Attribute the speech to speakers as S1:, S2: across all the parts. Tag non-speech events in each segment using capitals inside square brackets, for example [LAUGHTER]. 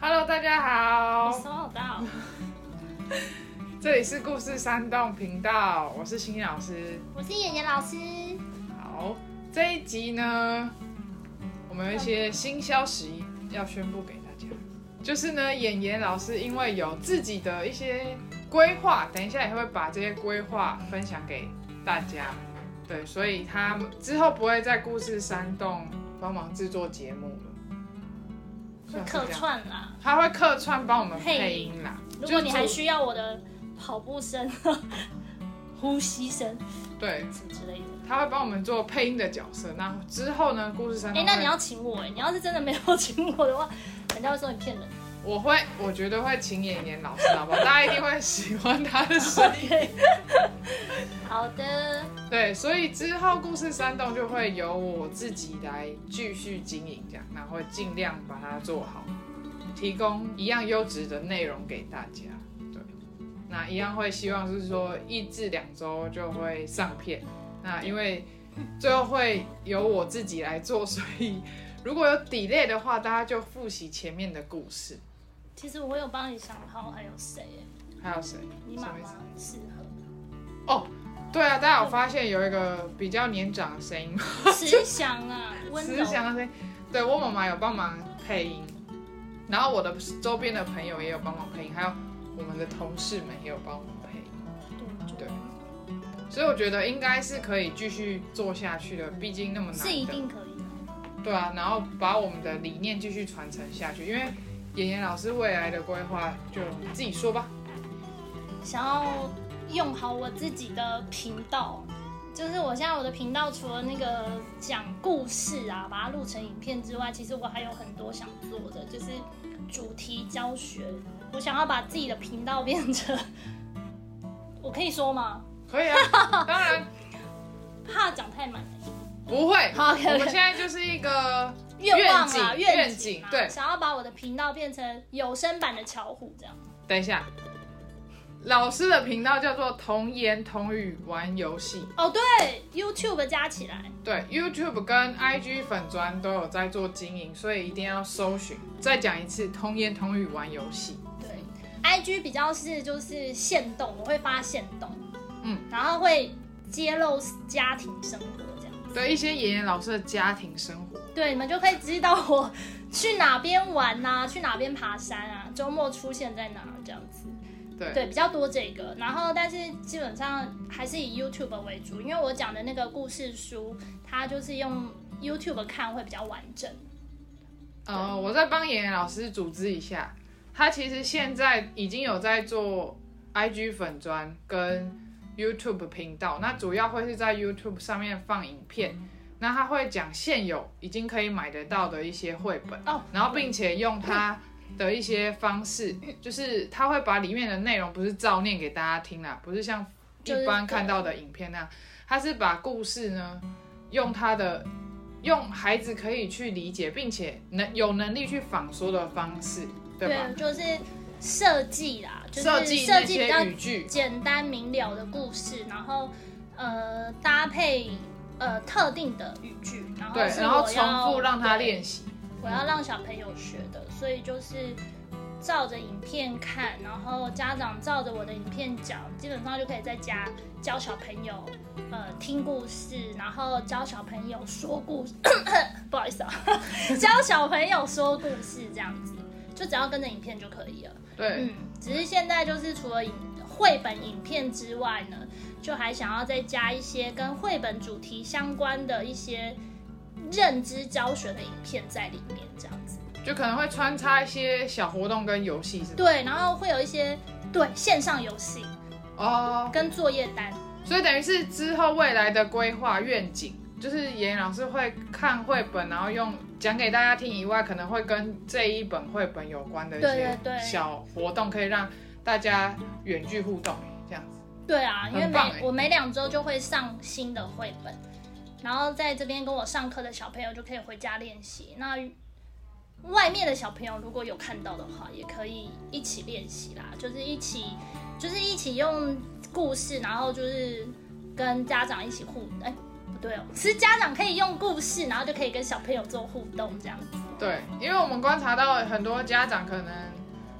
S1: Hello，大家
S2: 我
S1: 好，
S2: 收到，
S1: 这里是故事山洞频道，我是新老师。
S2: 我是妍妍老师。
S1: 好，这一集呢，我们有一些新消息要宣布给大家，就是呢，演员老师因为有自己的一些规划，等一下也会把这些规划分享给大家。对，所以他之后不会在故事山洞帮忙制作节目了，
S2: 会
S1: 算是
S2: 客
S1: 这样，
S2: 串啦。
S1: 他会客串帮我们配
S2: 配音
S1: 音啦。
S2: 如果你还
S1: 就
S2: 需要我的跑步声、呼吸声
S1: 对，
S2: 什么之类的，
S1: 他会帮我们做配音的角色。那之后呢，故事山
S2: 哎、
S1: 洞会，
S2: 那你要请我哎、你要是真的没有请我的话，人家会说你
S1: [LAUGHS]
S2: 骗人。
S1: 我会，我觉得会请演员老师，好不好？大家一定会喜欢他的声音。
S2: OK，好的，
S1: 对，所以之后故事山洞就会由我自己来继续经营，这样，然后会尽量把它做好，提供一样优质的内容给大家。对，那一样会希望是说一至两周就会上片。那因为最后会由我自己来做，所以如果有 delay 的话，大家就复习前面的故事。
S2: 其实我有帮你想好还有谁、欸，
S1: 还有谁？
S2: 你妈
S1: 什么意
S2: 妈
S1: 思
S2: 很适合。
S1: 哦，对啊，大家有发现有一个比较年长的声音吗？ [LAUGHS]
S2: 慈祥啊，温柔
S1: 慈。祥的声音。对我妈妈有帮忙配音，然后我的周边的朋友也有帮忙配音，还有我们的同事们也有帮忙配音，
S2: 对，
S1: 所以我觉得应该是可以继续做下去的，毕竟那么难
S2: 是一
S1: 得
S2: 定可以的。
S1: 对啊，然后把我们的理念继续传承下去，因为妍妍老师未来的规划就你自己说吧。
S2: 想要用好我自己的频道，就是我现在我的频道除了那个讲故事啊，把它录成影片之外，其实我还有很多想做的，就是主题教学。我想要把自己的频道变成， [LAUGHS] 我可以说吗？
S1: 可以啊，当然
S2: 怕讲太满。
S1: 不会。
S2: 好，OK，OK
S1: 我们现在就是一个
S2: 愿
S1: 愿
S2: 望啊，
S1: 景
S2: 愿
S1: 愿景
S2: 啊
S1: 对
S2: 想要把我的频道变成有声版的巧虎这样。
S1: 等一下，老师的频道叫做“童言童语玩游戏
S2: 哦，对，YouTube 加起来，”，
S1: 对，YouTube 跟 IG 粉砖都有在做经营，所以一定要搜寻。再讲一次，“童言童语玩游戏
S2: 对，IG 比较是就是限动，我会发限动，
S1: 嗯，
S2: 然后会揭露家庭生活这样。”，
S1: 对一些妍妍老师的家庭生活。
S2: 对，你们就可以知道我去哪边玩呐、 [LAUGHS] 去哪边爬山啊，周末出现在哪儿这样子。
S1: 对
S2: 对，比较多这个，然后但是基本上还是以 YouTube 为主，因为我讲的那个故事书，它就是用 YouTube 看会比较完整。
S1: 呃，我再帮妍妍老师组织一下，她其实现在已经有在做 IG 粉砖跟 YouTube 频道，那主要会是在 YouTube 上面放影片。那她会讲现有已经可以买得到的一些绘本
S2: 哦
S1: 然后并且用她的一些方式，就是她会把里面的内容不是照念给大家听啦，不是像一
S2: 就是
S1: 般看到的影片那样，她是把故事呢用她的用孩子可以去理解，并且能有能力去仿说的方式，对吧？
S2: 就是设计啦，啊就是
S1: 设计
S2: 设
S1: 那
S2: 计比较
S1: 些语句，
S2: 简单明了的故事，然后呃搭配呃特定的语句，然后
S1: 对，
S2: 哦是
S1: 然后
S2: 我
S1: 重
S2: 要
S1: 复让他，练习。
S2: 对我要让小朋友学的，所以就是照着影片看，然后家长照着我的影片讲，基本上就可以在家教小朋友呃听故事，然后教小朋友说故事， [COUGHS] 不好意思啊， [LAUGHS] 教小朋友说故事这样子，就只要跟着影片就可以了。
S1: 对，
S2: 嗯，只是现在就是除了影绘本影片之外呢，就还想要再加一些跟绘本主题相关的一些认知教学的影片在里面，这样子。
S1: 就可能会穿插一些小活动跟游戏，是吧？
S2: 对，然后会有一些对线上游戏
S1: 哦，
S2: 跟作业单，
S1: 所以等于是之后未来的规划愿景，就是妍妍老师会看绘本，然后用讲给大家听以外，可能会跟这一本绘本有关的一
S2: 对
S1: 些
S2: 对对
S1: 小活动，可以让大家远距互动这样子。
S2: 对啊，因为
S1: 很棒
S2: 每
S1: 欸
S2: 我每两周就会上新的绘本，然后在这边跟我上课的小朋友就可以回家练习。那外面的小朋友如果有看到的话，也可以一起练习啦，就是一起，就是一起用故事，然后就是跟家长一起互，哎、不对哦，是家长可以用故事，然后就可以跟小朋友做互动这样子。
S1: 对，因为我们观察到很多家长可能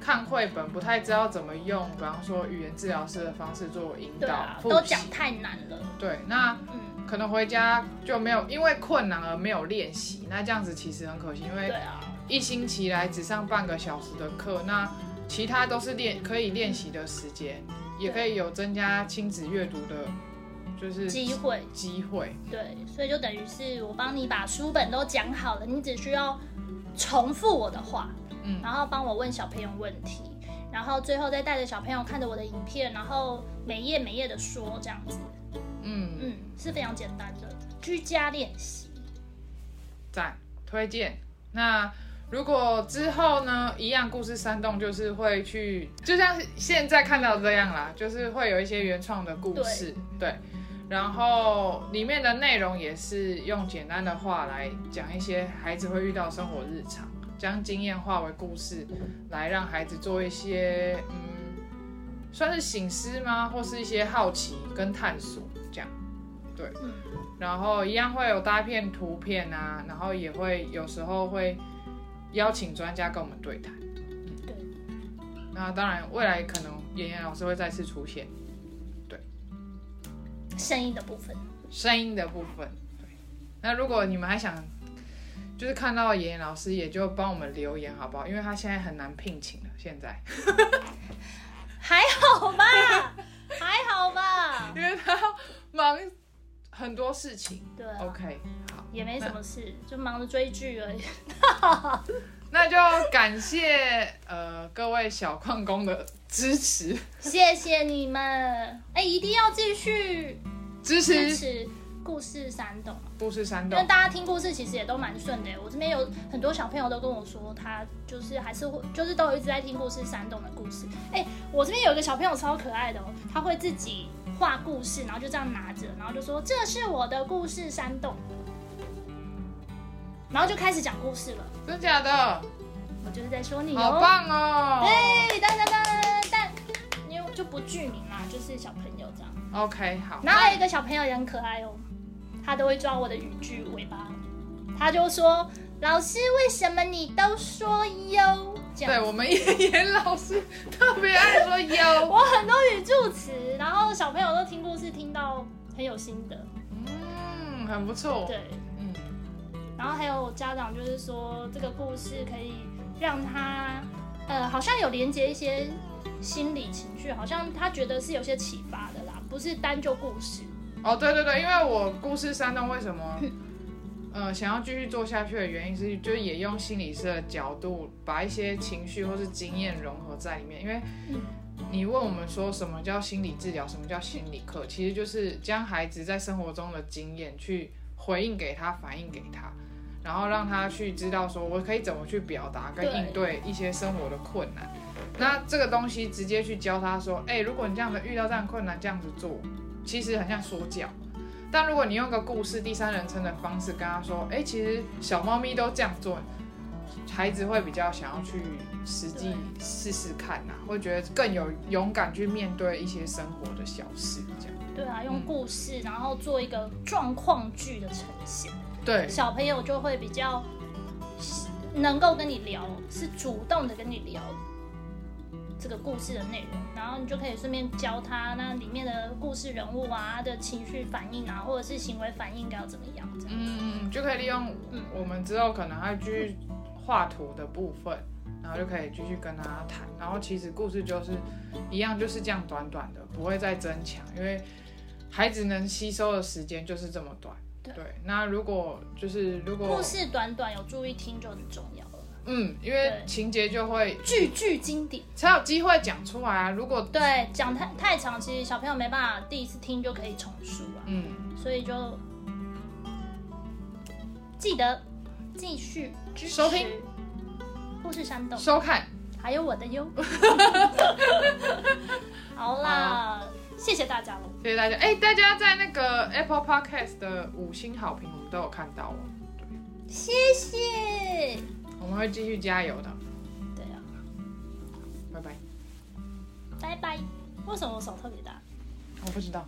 S1: 看绘本不太知道怎么用，比方说语言治疗师的方式做引
S2: 对
S1: 导
S2: 啊，
S1: 复习。
S2: 都讲太难了。
S1: 对，那
S2: 嗯，
S1: 可能回家就没有因为困难而没有练习，那这样子其实很可惜，因
S2: 对
S1: 为
S2: 啊，
S1: 一星期来只上半个小时的课，那其他都是练可以练习的时间，也可以有增加亲子阅读的，就是
S2: 机会
S1: 机会。
S2: 对，所以就等于是我帮你把书本都讲好了，你只需要重复我的话，
S1: 嗯
S2: 然后帮我问小朋友问题，然后最后再带着小朋友看着我的影片，然后每页每页的说这样子，
S1: 嗯，
S2: 嗯，是非常简单的居家练习。
S1: 赞推荐。那如果之后呢，一样故事山洞就是会去，就像现在看到这样啦，就是会有一些原创的故事，对。然后里面的内容也是用简单的话来讲一些孩子会遇到的生活日常，将经验化为故事，来让孩子做一些嗯，算是醒思吗？或是一些好奇跟探索这样。
S2: 嗯，
S1: 然后一样会有搭片图片啊，然后也会有时候会邀请专家跟我们对谈。
S2: 对，
S1: 那当然，未来可能妍妍老师会再次出现
S2: 声音的部分，
S1: 声音的部分。对，那如果你们还想就是看到妍妍老师，也就帮我们留言好不好？因为她现在很难聘请了，现在，
S2: 还好吧， [LAUGHS] 还好吧，
S1: 因为她忙很多事情。
S2: 对啊、
S1: OK，好，
S2: 也没什么事，就忙着追剧
S1: [LAUGHS]
S2: 而已。
S1: 那就感谢呃各位小矿工的支持，
S2: 谢谢你们，哎、一定要继续
S1: 支
S2: 支
S1: 持
S2: 持故事山洞，
S1: 故事山
S2: 因
S1: 洞
S2: 为。大家听故事其实也都蛮顺的。我这边有很多小朋友都跟我说，他就是还是会，就是都有一直在听故事山洞的故事。哎、我这边有一个小朋友超可爱的哦，他会自己画故事，然后就这样拿着，然后就说这是我的故事山洞，然后就开始讲故事了。
S1: 真假的，
S2: 我就是在说你哦。哎
S1: 好棒哦
S2: 对，噔噔噔噔，因为就不具名啦，就是小朋友这样。
S1: ！OK，好，
S2: 然后还有一个小朋友也很可爱哦，他都会抓我的语句尾巴，他就说：“老师，为什么你都说哟？”这
S1: 对
S2: 样，
S1: 我们妍妍老师特别爱说
S2: [LAUGHS]
S1: 有，
S2: 我很多语助词，然后小朋友都听故事听到很有心得，
S1: 嗯，很不错，
S2: 对。
S1: 嗯，
S2: 然后还有家长就是说，这个故事可以让他，呃，好像有连接一些心理情绪，好像他觉得是有些启发的啦，不是单就故事。
S1: 哦，对对对，因为我故事山洞为什么？呃，想要继续做下去的原因是，就是也用心理师的角度，把一些情绪或是经验融合在里面。因为
S2: 嗯
S1: 你问我们说什么叫心理治疗，什么叫心理课，其实就是将孩子在生活中的经验去回应给他，反映给他，然后让他去知道说我可以怎么去表达跟
S2: 对
S1: 应对一些生活的困难。那这个东西直接去教他说，哎、如果你这样子遇到这样的困难，这样子做，其实很像说教。但如果你用个故事第三人称的方式跟他说，哎、其实小猫咪都这样做，孩子会比较想要去实际试试看呐、会觉得更有勇敢去面对一些生活的小事，这样。
S2: 对啊，用故事，然后做一个状况剧的呈现，
S1: 对
S2: 小朋友就会比较能够跟你聊，是主动的跟你聊这个故事的内容，然后你就可以顺便教他那里面的故事人物啊他的情绪反应啊，或者是行为反应该要怎么样这样。
S1: 嗯，就可以利用
S2: 嗯
S1: 我们之后可能还继续画图的部分，然后就可以继续跟他谈。然后其实故事就是一样，就是这样短短的，不会再增强，因为孩子能吸收的时间就是这么短。
S2: 对
S1: 那如果就是如果
S2: 哦故事短短，有注意听就很重要了。
S1: 嗯，因为
S2: 对
S1: 情节就会
S2: 句句经典，
S1: 才有机会讲出来啊。如果
S2: 对，讲太太长，其实小朋友没办法第一次听就可以重述啊。
S1: 嗯，
S2: 所以就记得继续支持
S1: 收听
S2: 故事山洞，
S1: 收看
S2: 还有我的 [LAUGHS] 哟。好啦，谢谢大家了。
S1: 谢谢大家。哎、大家在那个 Apple Podcast 的五星好评，我们都有看到哦。
S2: 谢谢。
S1: 我们会继续加油的，
S2: 对啊，
S1: 拜拜。
S2: 拜拜。为什么我手特别大？
S1: 我不知道。